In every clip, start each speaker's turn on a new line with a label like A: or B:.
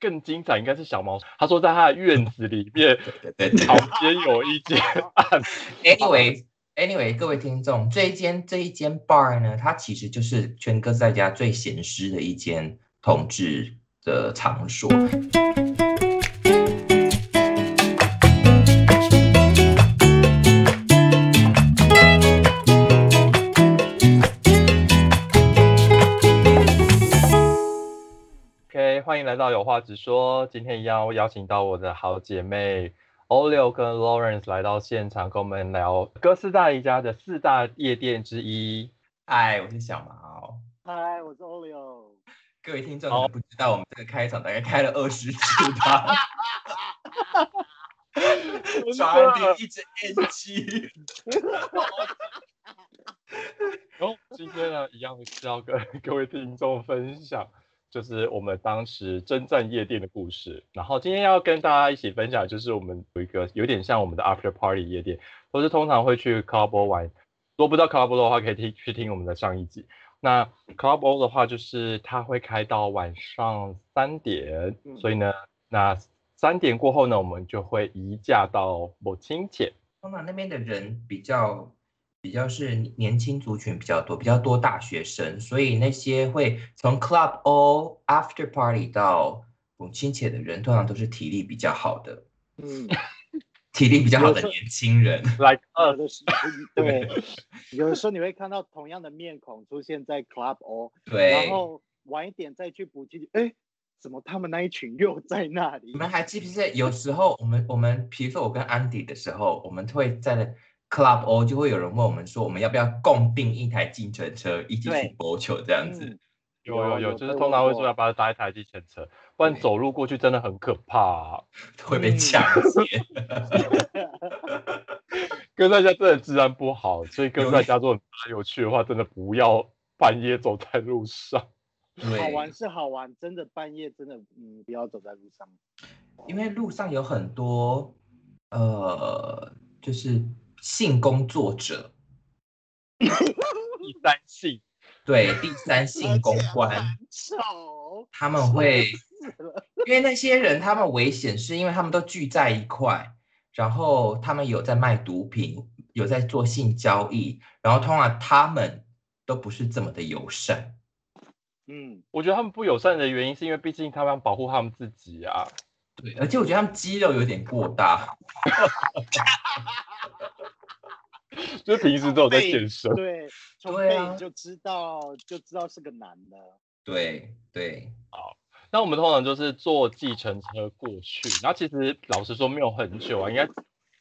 A: 更精彩应该是小毛，他说在他的院子里面
B: 对对对
A: 草间有一间暗
C: Anyway。Anyway，各位听众，这一间这一间 bar 呢，它其实就是全哥在家最闲适的一间同志的场所。
A: OK，欢迎来到有话直说。今天一样，我邀请到我的好姐妹 Olio 跟 Lawrence 来到现场，跟我们聊哥斯达黎加的四大夜店之一。
C: 嗨，我是小毛。
D: 嗨，我是 Olio。
C: 各位听众，
A: 好
C: 你们不知道我们这个开场大概开了二十次吧？
A: 的
C: 床底一直 NG。
A: 然后哦今天呢，一样是要跟 各位听众分享，就是我们当时征战夜店的故事。然后今天要跟大家一起分享，就是我们有一个有点像我们的 after party 夜店，都是通常会去 club O 玩。如果不知道 club O 的话，可以听去听我们的上一集。那 club O 的话，就是它会开到晚上三点，
D: 嗯
A: 所以呢，那三点过后呢，我们就会移驾到母亲节。
C: 通常那边的人比较比较是年轻族群比较多，比较多大学生，所以那些会从 club o after party 到母亲节的人，通常都是体力比较好的，
D: 嗯，
C: 体力比较好的
D: 有时候
C: 年轻人。
A: Like 二
D: 有的时候对，有的时候你会看到同样的面孔出现在 Club O，
C: 对
D: 然，后晚一点再去补进，哎，怎么他们那一群又在那里
C: 你？们还记不记得有时候我们我们，比如说我跟安迪的时候，我们会在 club o 就会有人问我们说，我们要不要共并一台计程车一起去
D: 对
C: 播球这样子？
D: 嗯
A: 有
D: 有
A: 有有，
D: 有
A: 就是
D: 被
A: 通
D: 问
A: 常会
D: 过
A: 说要不要搭一台计程车，不然
C: 对
A: 走路过去真的很可怕、啊。
C: 会被
D: 嗯
C: 抢劫。
A: 哥斯达黎加真的治安不好，所以哥斯达
C: 有
A: 黎加如果大家有去的话，真的不要半夜走在路上。
D: 嗯好
C: 对，
D: 玩是好玩，真的半夜真的，嗯，不要走在路上。
C: 因为路上有很多呃，就是性工作者，
A: 第三性，
C: 对第三性公关，
D: 丑，
C: 他们 会，因为那些人他们危险是因为他们都聚在一块，然后他们有在卖毒品，有在做性交易，然后通常他们都不是这么的友善。
D: 嗯，
A: 我觉得他们不友善的原因是因为毕竟他们要保护他们自己啊。
C: 对，而且我觉得他们肌肉有点过大，
A: 就是平时都有在健身，
D: 对，从
C: 对
D: 背
C: 啊
D: 影就知道，就知道是个男的。
C: 对对，
A: 那我们通常就是坐计程车过去，然后其实老实说没有很久啊，应该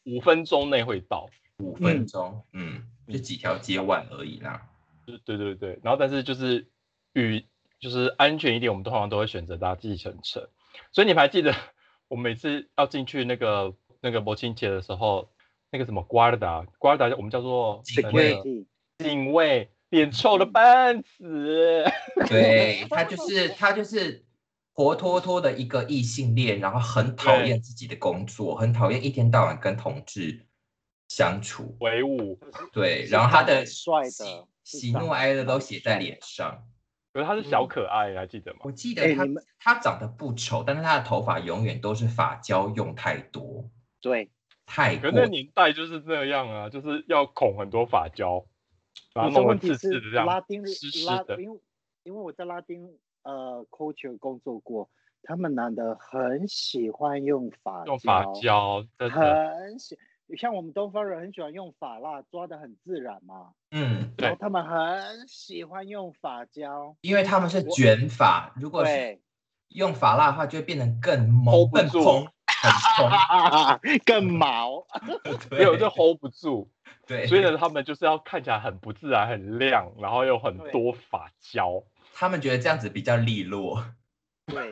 A: 五分钟内会到。
C: 五分钟，嗯，就几条街腕而已啦。
A: 对对对对，然后但是就是与就是安全一点，我们通常都会选择搭计程车。所以你们还记得我每次要进去那个那个母亲节的时候，那个什么 guarda guarda 我们叫做
C: 警
A: 呃
C: 卫
A: 那个警卫，脸臭的半死。
C: 对他就是他就是活脱脱的一个异性恋，然后很讨
A: 对
C: 厌自己的工作，很讨厌一天到晚跟同志相处。
A: 唯舞，
C: 对，
D: 是
C: 然后他
D: 长得
C: 的
D: 帅的
C: 喜
D: 是
C: 喜
D: 长
C: 怒
D: 得
C: 哀乐
A: 嗯
C: 都
D: 蛮
C: 写在
D: 帅
C: 脸上。
A: 可是他是
D: 嗯
A: 小可爱，你还记得吗？
C: 我记
D: 哎
C: 得他
D: 你们
C: 他长得不丑，但是他的头发永远都是发胶用太多，
D: 对，
C: 太
A: 可
C: 过
A: 是那个年代就是这样啊，就是要孔很多发胶，然后
D: 你的
A: 弄
D: 问
A: 得
D: 题
A: 刺
D: 是
A: 刺的这样，
D: 拉丁
A: 湿湿
D: 拉
A: 的，
D: 因为因为我在拉丁呃 culture 工作过，他们男的很喜欢用发
A: 用发胶，真的。
D: 很喜像我们东方人很喜欢用发蜡，抓的很自然嘛。
C: 嗯，
A: 对
D: 然后他们很喜欢用发胶，
C: 因为他们是卷发，如果是
D: 对，
C: 用发蜡的话，就会变得更毛
A: Hold 不
C: 更
A: 住
C: 蓬很
D: 更毛。
C: 蓬。
A: 没有
C: 对
A: 就 hold 不住，
C: 对，
A: 所以呢，他们就是要看起来很不自然、很亮，然后有很多发胶。
C: 他们觉得这样子比较利落。
D: 对，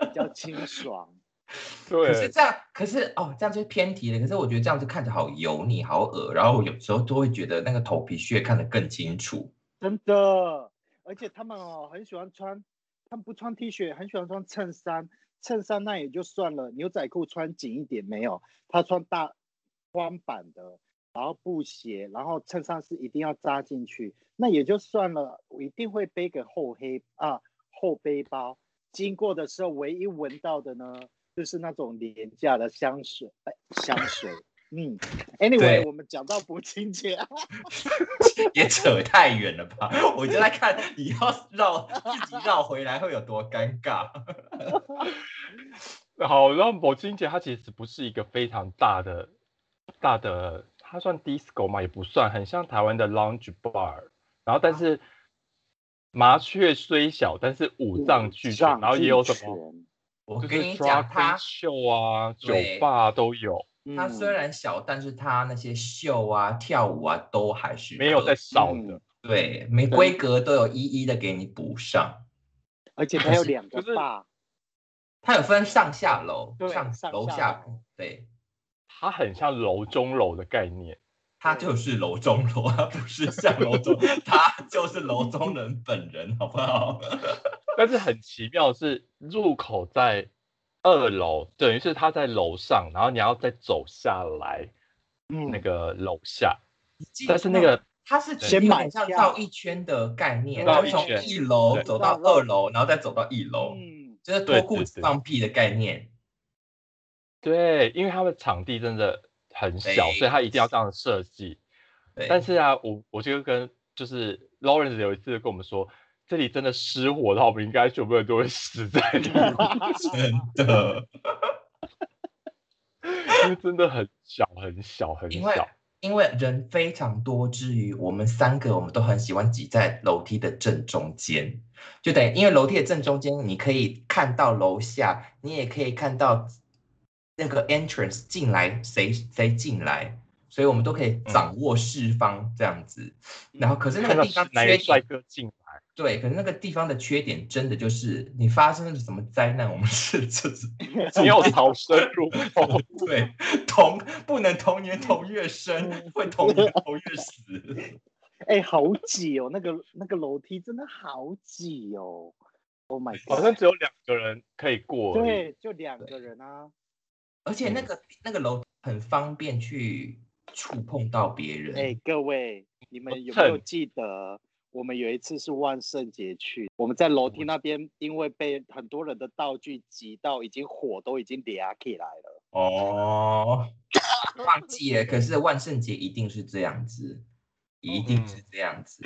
D: 比较清爽。
C: 可是
A: 对，
C: 这样，可是哦，这样就偏题了。可是我觉得这样子看着好油腻，好恶，然后我有时候都会觉得那个头皮屑看得更清楚。
D: 真的，而且他们哦很喜欢穿，他们不穿 T 恤，很喜欢穿衬衫。衬衫那也就算了，牛仔裤穿紧一点没有，他穿大宽版的，然后布鞋，然后衬衫是一定要扎进去，那也就算了，我一定会背个厚黑啊厚背包，经过的时候，唯一闻到的呢，就是那种廉价的香水，哎香水。嗯，Anyway，
C: 对
D: 我们讲到母亲节，
C: 也扯太远了吧？我就在看你要绕自己绕回来会有多尴尬。
A: 好，然后母亲节它其实不是一个非常大的大的，它算 disco 嘛，也不算，很像台湾的 lounge bar。然后
C: 啊
A: 但是麻雀虽小，但是五脏俱全，然后也有什么
D: 么？
C: 我
A: 就
C: 跟
A: 是
C: 你讲，
A: drag
C: 他
A: queen show 啊、酒
C: 对
A: 吧啊都有，
D: 嗯
C: 他虽然小，但是他那些秀啊、跳舞啊都还是
A: 没有
C: 可
A: 在少
D: 嗯
A: 的。
C: 对，每
D: 对
C: 规格都有一一的给你补上。
D: 而且它有两个
A: 就是
D: 坝，
C: 它有分上下楼、
A: 对
C: 上
D: 上
C: 楼
D: 下
C: 下
D: 楼，
C: 对，
A: 它很像楼中楼的概念，
C: 它
D: 对
C: 就是楼中楼，它不是像楼中， 它就是楼中人本人，好不好？
A: 但是很奇妙的是入口在二楼，等于是它在楼上，然后你要再走下来
D: 嗯，
A: 那个楼下，
C: 你 记
A: 但
C: 得
A: 是那个
C: 它是
A: 对
C: 有
D: 先买
C: 点像
D: 票
C: 绕一圈的概念，
A: 绕
C: 它
A: 一
C: 从
A: 圈
C: 一楼
A: 对
C: 走到
D: 绕
C: 二楼，然后再走到一
A: 哦
C: 楼，
D: 嗯，
C: 就是
A: 对
C: 脱裤
A: 对
C: 子
A: 对
C: 放屁的概念。
A: 对，因为他们场地真的很小，所以他一定要这样设计。
C: 对，
A: 但是啊，我我就跟就是 Lawrence 有一次跟我们说，这里真的失火的话，我们应该全部人都会死在里 面，
C: 真的，
A: 因为真的很小很小很
C: 因为
A: 小。
C: 因为人非常多之余，我们三个我们都很喜欢挤在楼梯的正中间，就等于因为楼梯的正中间，你可以看到楼下，你也可以看到那个 entrance 进来谁谁进来，所以我们都可
A: 嗯
C: 以掌握四方这样子。然后可是那
A: 看
C: 个
A: 到
C: 地方
A: 哪
C: 缺
A: 个帅
C: 点，
A: 哥进来，
C: 对，可是那个地方的缺点真的就是你发生了什么灾难，我们是就是
A: 你要逃生入 空。
C: 对，同不能同年同月生，会同年同月死。
D: 哎、好挤哦，那个那个楼梯真的好挤哦 ，Oh my
A: 好像
D: god，
A: 只有两个人可以过而已。
D: 对，就两个人啊，
C: 而且那
A: 嗯
C: 个那个楼很方便去触碰到别人。
D: 哎、各位，你们有没
A: 趁
D: 有记得？我们有一次是万圣节去，我们在楼梯那边，因为被很多人的道具挤到，已经火都已经嗲起来了。
C: 哦，忘记了。可是万圣节一定是这样子，一定是这样子。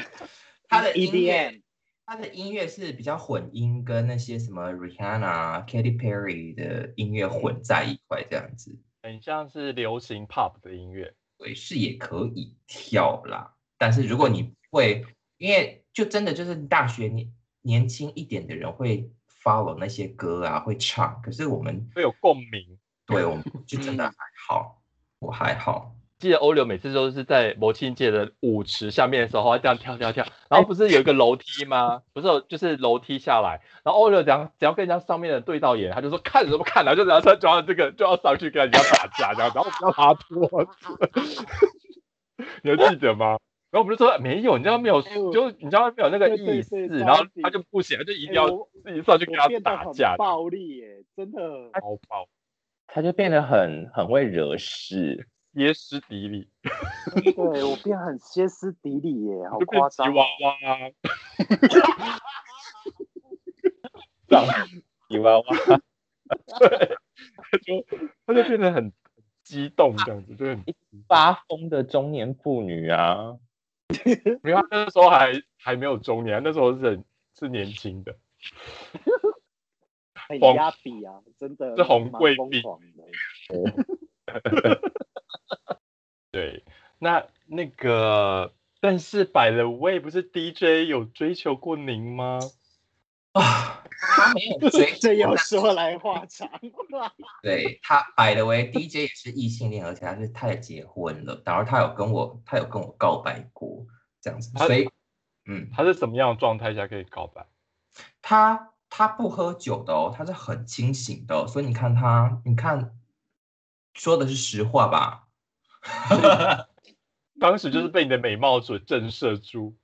C: 他的音乐
D: EDM，，
C: 他的音乐是比较混音，跟那些什么 Rihanna、Katy Perry 的音乐混在一块这样子。
A: 很像是流行 pop 的音乐。
C: 对，是也可以跳啦。但是如果你不会，因为就真的就是大学年年轻一点的人会 follow 那些歌啊，会唱。可是我们
A: 会有共鸣。
C: 对我们就真的
D: 嗯
C: 还好，我还好。
A: 记得欧柳每次都是在母亲节的舞池下面的时候，他这样跳跳跳，然后不是有一个楼梯吗？不是有，就是楼梯下来，然后欧柳只要只要跟人家上面的对到眼，他就说看什么看啊，就只要他抓到这个就要上去跟人家打架这样，然后不要拉拖子， 你还记得吗？然后我们就说没有，你知道没有，
D: 哎我
A: 就你知道没有那个
D: 对对
A: 意思，
D: 对
A: 然后
D: 超级
A: 他就不行，他就一定
D: 哎
A: 要
D: 我
A: 自己上去跟他
D: 我变得
A: 打
D: 很
A: 架，超
D: 暴力耶、真的。
A: 爆，
B: 他就变得很很会惹事。
A: 歇斯底里，
D: 对我变很歇斯底里耶、好
A: 就变
D: 夸
A: 吉
D: 张
A: 娃
D: 哦、
A: 娃啊，
B: 吉娃娃，
A: 他就他就变得很激动这样子，就很
B: 发疯的中年妇女啊，
A: 没有，他那时候还还没有中年，那时候是很是年轻的，
D: 很
A: 疯
D: 压比啊，真的
A: 是红
D: 蛮
A: 贵
D: 疯
A: 宾
D: 狂的。
A: 对。那那个，但是百了位不是 DJ 有追求过您吗？
C: 啊，他没 有追
D: 这
C: 求
D: 又
C: 那
D: 说来话长，
C: 对他，by the way，DJ 也是异性恋，而且他是他也结婚了，然后他有跟我他有跟我告白过这样子，
A: 他
C: 所以嗯，
A: 他是什么样的状态下可以告白？
C: 他他不喝酒的哦，他是很清醒的哦、所以你看他，你看说的是实话吧？
A: 当时就是被你的美貌所震慑住，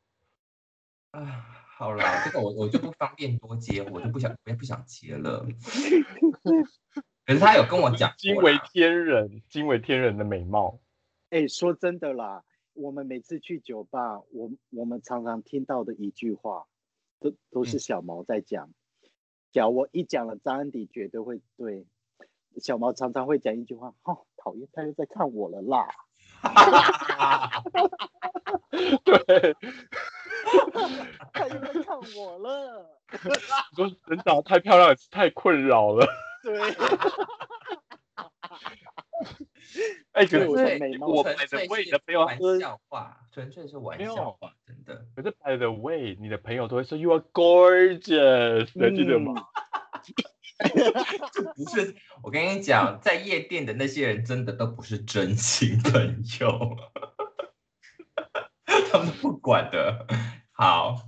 C: 啊，好啦，这个我我就不方便多接，我就不想我也不想接了。 可是他有跟我讲
A: 惊
C: 过
A: 为
C: 啦
A: 天人，惊为天人的美貌。
D: 哎、说真的啦，我们每次去酒吧，
A: 嗯
D: 我我们常常听到的一句话，都都是小毛在讲，假如我一讲了，张安迪绝对会对小毛常常会讲一句话：“哦，讨厌，他又在看我了啦。
A: 对，”
D: 他又在看我了，
A: 你说人长得太漂亮，太困扰了。
D: 对，
A: 哎，可
D: 对
A: 是
D: 我
C: 对
D: 的美貌
A: 我
C: 纯
A: by the
C: 粹
A: way，
C: 是
A: 你的朋友
C: 玩
A: 说
C: 笑话，纯粹是玩
A: 没有
C: 笑话，真的。
A: 可是 by the way，你的朋友都会说 you are gorgeous，你还记得
D: 嗯
A: 吗？
C: 不是，我跟你讲，在夜店的那些人真的都不是真心朋友，他们不管的。好，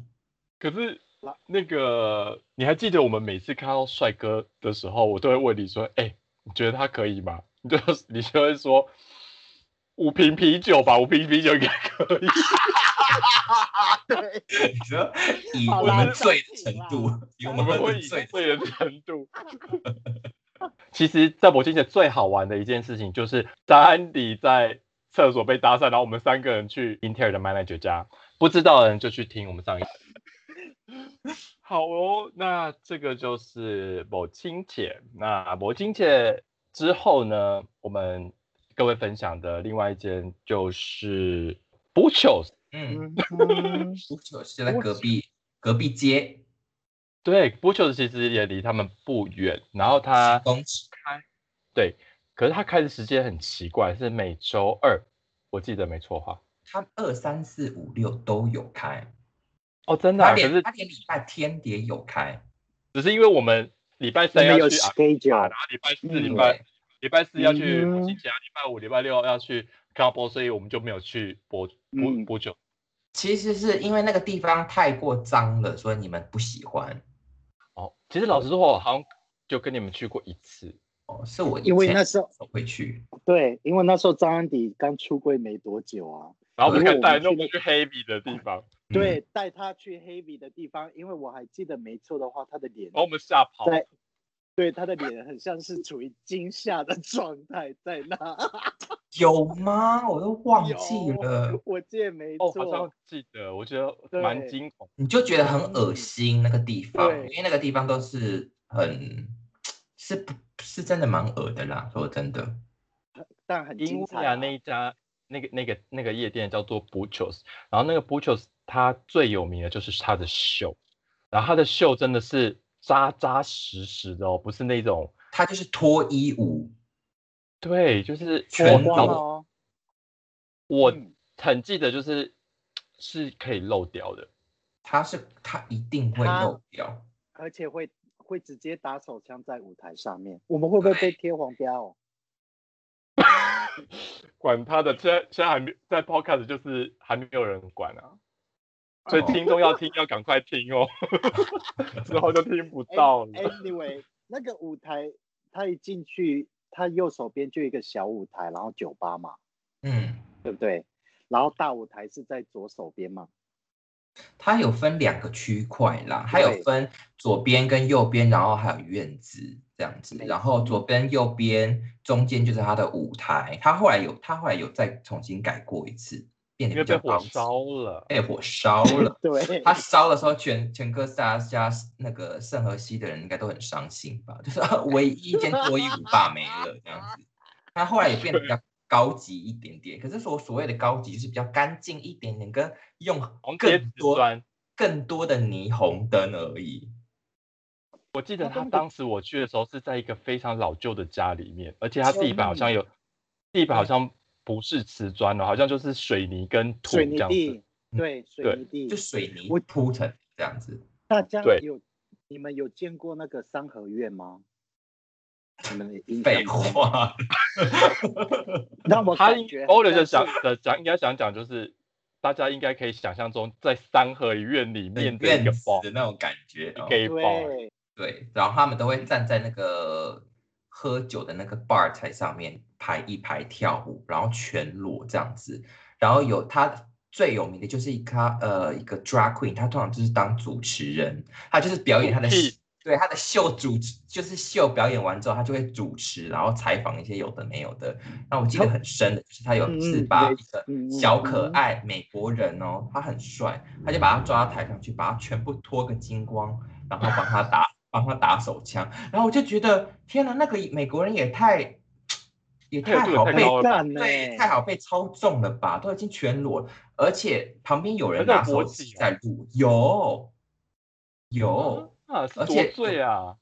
A: 可是那个你还记得我们每次看到帅哥的时候，我都会问你说，哎、你觉得他可以吗？ 你就你就会说五瓶啤酒吧，五瓶啤酒应该可以。
D: 对，
C: 你说以
D: 好
C: 我
D: 啦
C: 们醉的
D: 暂
C: 程
D: 停啦
C: 度，以我
A: 我
C: 们
A: 们
C: 喝
A: 会
C: 的
A: 以
C: 醉
A: 醉
C: 的
A: 的程度。 其实，在我境界最好玩的一件事情，就是张安迪在厕所被搭讪，然后我们三个人去 Intel 的 manager 家，不知道的人就去听我们上一集。 好哦，那这个就是某亲姐。那某亲姐之后呢，我们各位分享的另外一间就是不朽，
C: 嗯，
D: 嗯，
C: 足球是在隔壁隔壁街
A: 对，不朽其实也离他们不远。然后他
C: 十公尺，
A: 对，可是他开的时间很奇怪，是每周二，我记得没错哈。
C: 他二三四五六都有开，
A: 哦，真的、
C: 他
A: 啊，可是
C: 连他连礼拜天也有开，
A: 只是因为我们礼拜
D: 你
A: 三
D: 们
A: 要
D: 有
A: 去啊，然
D: schedule，
A: 后礼拜四、
D: 嗯
A: 礼
C: 对
A: 拜礼拜四要去
D: 嗯
A: 母亲节啊，礼拜五、礼拜六要去康波，所以我们就没有去博博
D: 嗯
A: 博酒。
C: 其实是因为那个地方太过脏了，所以你们不喜欢。
A: 哦，其实老实说，我好像就跟你们去过一次。
C: 哦，是我以前
D: 因为那时候
C: 走回去，
D: 对，因为那时候张安迪刚出柜没多久啊，
A: 然后我们看
D: 如果我们
A: 带弄
D: 去那
A: 去黑米的地 方，
C: 嗯
D: 对，带他去黑比的地方，因为我还记得没错的话，他的脸
A: 把我们吓跑。
D: 在，对，他的脸很像是处于惊吓的状态在那，
C: 有吗？我都忘记
D: 有
C: 了，
D: 哦我记得没
A: 哦，
D: 错，
A: 好像记得，我觉得蛮
D: 对
A: 惊恐。
C: 你就觉得很恶心那个地方，
D: 嗯对
C: 因为那个地方都是很是不是真的蛮恶的啦，说真的。
D: 但很
A: 因
D: 精
A: 为
D: 彩、
A: 啊，那一家那个那个那个夜店叫做 Butchos，然后那个 Butchos 它最有名的就是它的秀，然后它的秀真的是扎扎实实的哦，不是那种
C: 他就是脱衣舞，
A: 对，就是
C: 全
A: 我
C: 裸
D: 光
A: 脑
D: 哦，
A: 我
D: 嗯
A: 很记得就是是可以漏掉的，
C: 他是他一定会
D: 他
C: 漏 掉。
D: 而且会会直接打手枪在舞台上面，我们会不会被贴黄标、哦？
A: 管他的，现在现在还没在 Podcast 就是还没有人管啊，所以
C: 哦
A: 听众要听要赶快听 哦，之后就听不
D: 哎
A: 到了。
D: Anyway，那个舞台，他一进去，他右手边就一个小舞台，然后酒吧嘛，
C: 嗯，
D: 对不对？然后大舞台是在左手边嘛，
C: 它有分两个区块啦，它有
D: 对
C: 分左边跟右边，然后还有院子这样子，
D: 没
C: 然后左边右边中间就是它的舞台，它后来有它后来有再重新改过一次，变
A: 因
C: 得
A: 为
C: 比
A: 被
C: 较
A: 火
C: 高级，
A: 烧了，
C: 被火烧了。
D: 对，
C: 它烧的时候，全全哥斯达加那个圣荷西的人应该都很伤心吧？ 就是啊唯一一间脱衣舞吧没了这样子。它后来也变得比较高级一点点，可是所所谓的高级就是比较干净一点点，跟用
A: 红铁
C: 更
A: 紫
C: 多
A: 砖。
C: 更多的霓虹灯而已。
A: 我记得
D: 它
A: 他
D: 根本
A: 当时我去的时候是在一个非常老旧的家里面，而且
D: 哦
A: 他地板好像
C: 救
A: 有，地板好
C: 对
A: 像不是瓷砖哦，好像就是水泥跟土
D: 水
A: 这
D: 泥
A: 样子嗯
D: 地。，对，水泥地
C: 就，水泥
D: 我
C: 铺成这样子。
D: 大家
A: 对
D: 有你们有见过那个三合院吗？你们的印象
C: 废
D: 中，
C: 话，
D: 让我
A: 他
D: 哦感觉
A: 欧
D: 好
A: 的
D: 像
A: 就是想的讲，应该想讲就是大家应该可以想象中在三合院里面的一
C: 院
A: 个
C: 子
A: 包
C: 的那种感觉、哦。
A: gay bar，
D: 对
C: 对，然后他们都会站在那个喝酒的那个 bar 台上面排一排跳舞，然后全裸这样子。然后有他最有名的就是一咖呃一个 drag queen，他通常就是当主持人，他就是表演他的
A: 主持
C: 戏对他的秀主持就是秀表演完之后，他就会主持，然后采访一些有的没有的。那我记得很深的就是他有一次
D: 嗯
C: 把
D: 没
C: 一个
D: 嗯嗯
C: 小可
D: 嗯
C: 爱美国人哦，他很帅，他就把他抓到台上去，把他全部脱个精光，然后帮他打帮他打手枪，然后我就觉得天哪，那个美国人也太也
A: 配合
C: 太
A: 度也
C: 好
A: 太
C: 被
A: 高了吧
D: 干呢、
C: 对，太好被操纵了吧？都已经全裸了，而且旁边有人
A: 那
C: 拿
A: 叫勃
C: 手
A: 起
C: 机
A: 哦
C: 在录，有有
A: 啊，是
C: 哦而
A: 多
C: 且
A: 罪啊！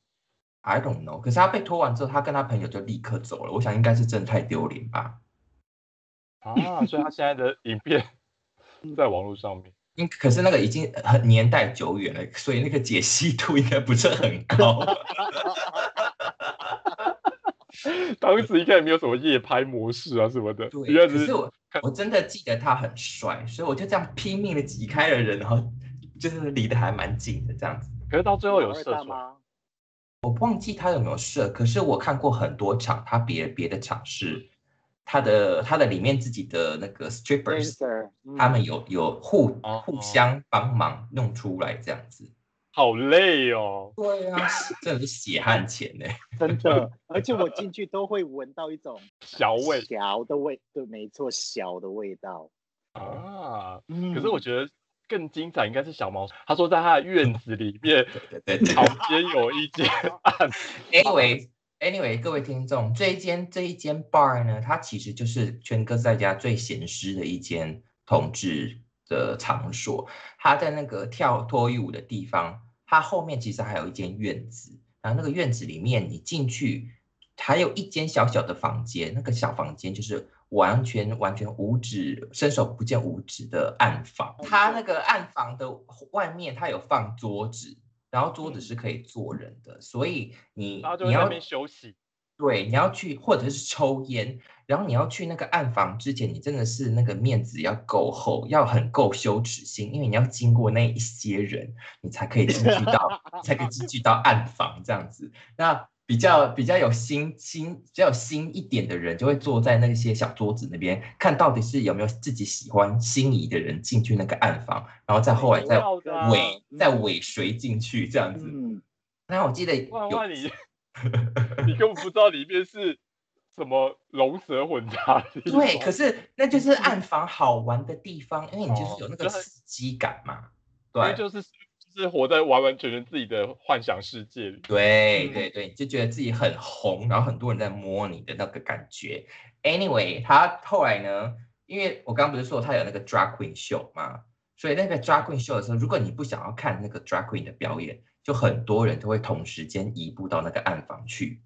C: ，I don't know。可是他被拖完之后，他跟他朋友就立刻走了。我想应该是真的太丢脸吧，
A: 啊，所以他现在的影片
D: 嗯
A: 在网络上面，
C: 因可是那个已经很年代久远了，所以那个解析度应该不是很高。
A: 当时应该也没有什么夜拍模式啊什么的，应
C: 对，
A: 该
C: 可
A: 只
C: 是
A: 是
C: 我我真的记得他很帅，所以我就这样拼命的挤开了人，然后就是离得还蛮近的这样子。
A: 可是到最后有
D: 会
A: 射
D: 大
A: 出来，
D: 吗？
C: 我忘记他有没有射，可是我看过很多场，他别别的场是他的他的里面自己的那个 strippers，
D: Dancer，嗯
C: 他们有有互
A: 哦
C: 互相帮忙弄出来这样子。
A: 好累哦。
C: 对啊， 真的是血汗钱呢、
D: 嗯真的， 而且我进去都会闻到一种
A: 小伟
D: 小的味，对，没错，小的味道。
A: 啊，
D: 嗯
A: 可是我觉得更精彩应该是小毛，他说在他的院子里 面
C: 对对对
A: 旁边有一 间暗，
C: Anyway。Anyway，各位听众，这一间这一间 bar 呢，它其实就是全哥在家最闲适的一间同志的场所。它在那个跳脱衣舞的地方，它后面其实还有一间院子，然后那个院子里面你进去，还有一间小小的房间，那个小房间就是完全完全五指伸手不见五指的暗房。它那个暗房的外面，它有放桌子，然后桌子是可以坐人的，所以
A: 嗯
C: 你
A: 然后就
C: 你
A: 会在那
C: 要
A: 边休息。
C: 对你要去或者是抽烟，然后你要去那个暗房之前，你真的是那个面子要够厚，要很够羞耻心，因为你要经过那一些人，你才可以进去到才可以进去到暗房这样子。那比较比较有心心比较有心一点的人，就会坐在那些小桌子那边，看到底是有没有自己喜欢心仪的人进去那个暗房，然后再后来再
A: 要的啊
C: 尾
D: 嗯
C: 再尾随进去这样子。
D: 嗯，
C: 那我记得
A: 万
C: 有
A: 万 你你根本不知道里面是什么龙蛇混杂的地方。
C: 对，可是那就是暗房好玩的地方，因为你就是有那
A: 哦
C: 个
A: 就是
C: 刺激感嘛。
A: 因为
C: 对
A: 就是就是活在完完全全自己的幻想世界里。
C: 对
D: 嗯
C: 对对，你就觉得自己很红，然后很多人在摸你的那个感觉。Anyway，他后来呢，因为我刚不是说他有那个 drag queen 秀嘛，所以那个 drag queen 秀的时候，如果你不想要看那个 drag queen 的表演，就很多人都会同时间移步到那个暗房去，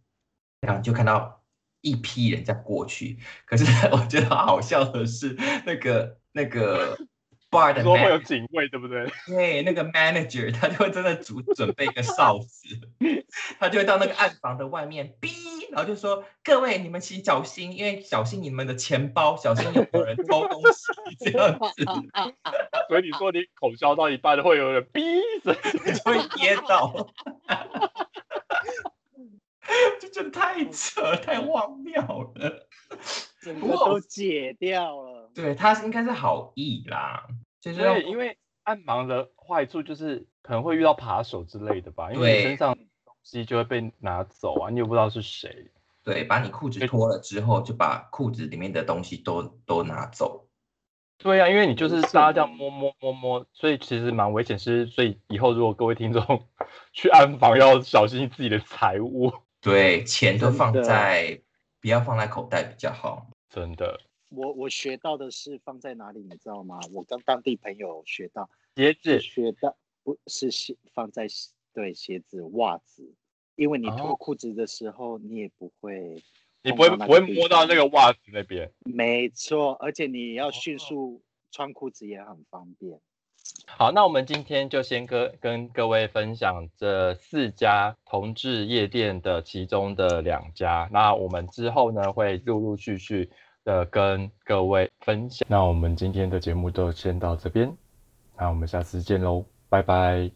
C: 然后你就看到一批人在过去。可是 我觉得好笑的是，那个那个 bar 的
A: 说会
C: man-
A: 有警卫，对不对？
C: 对，那个 manager 他就会真的准准备一个哨子， 他就会到那个暗房的外面，哔，然后就说：“各位，你们请小心，因为小心你们的钱包，小心有人偷东西。”这 样子
A: 所以你说你口交到一半会有人逼死，
C: 你就会跌倒， 就觉得太扯，太荒谬了。
D: 整
C: 不
D: 个
C: 过
D: 都解掉了。
C: 对，他是应该是好意啦，就是让
A: 对，因为暗盲的坏处就是可能会遇到扒手之类的吧，因为
C: 对
A: 你身上东西就会被拿走啊，你也不知道是谁。
C: 对把你裤子
A: 对
C: 脱了之后，就把裤子里面的东西都都拿走。
A: 对啊，因为你就是大家这样
D: 是
A: 摸摸摸摸，所以其实蛮危险。是，所以以后如果各位听众 去暗房要小心自己的财物，
C: 对，钱都
D: 真
C: 放
D: 的
C: 在不要放在口袋比较好。
A: 真的
D: 我我学到的是放在哪里，你知道吗？我跟当地朋友学到，
A: 鞋子
D: 学到不是鞋放在鞋对鞋子、袜子，因为你脱
A: 哦
D: 裤子的时候，你也不会，
A: 你不会
D: 碰到那
A: 不会
D: 个地
A: 摸到
D: 方
A: 那个袜子那边。
D: 没错，而且你要迅
A: 哦
D: 速穿裤子也很方便。
A: 好，那我们今天就先跟跟各位分享这四家同志夜店的其中的两家。那我们之后呢，会陆陆续续的跟各位分享。那我们今天的节目就先到这边，那我们下次见喽，拜拜。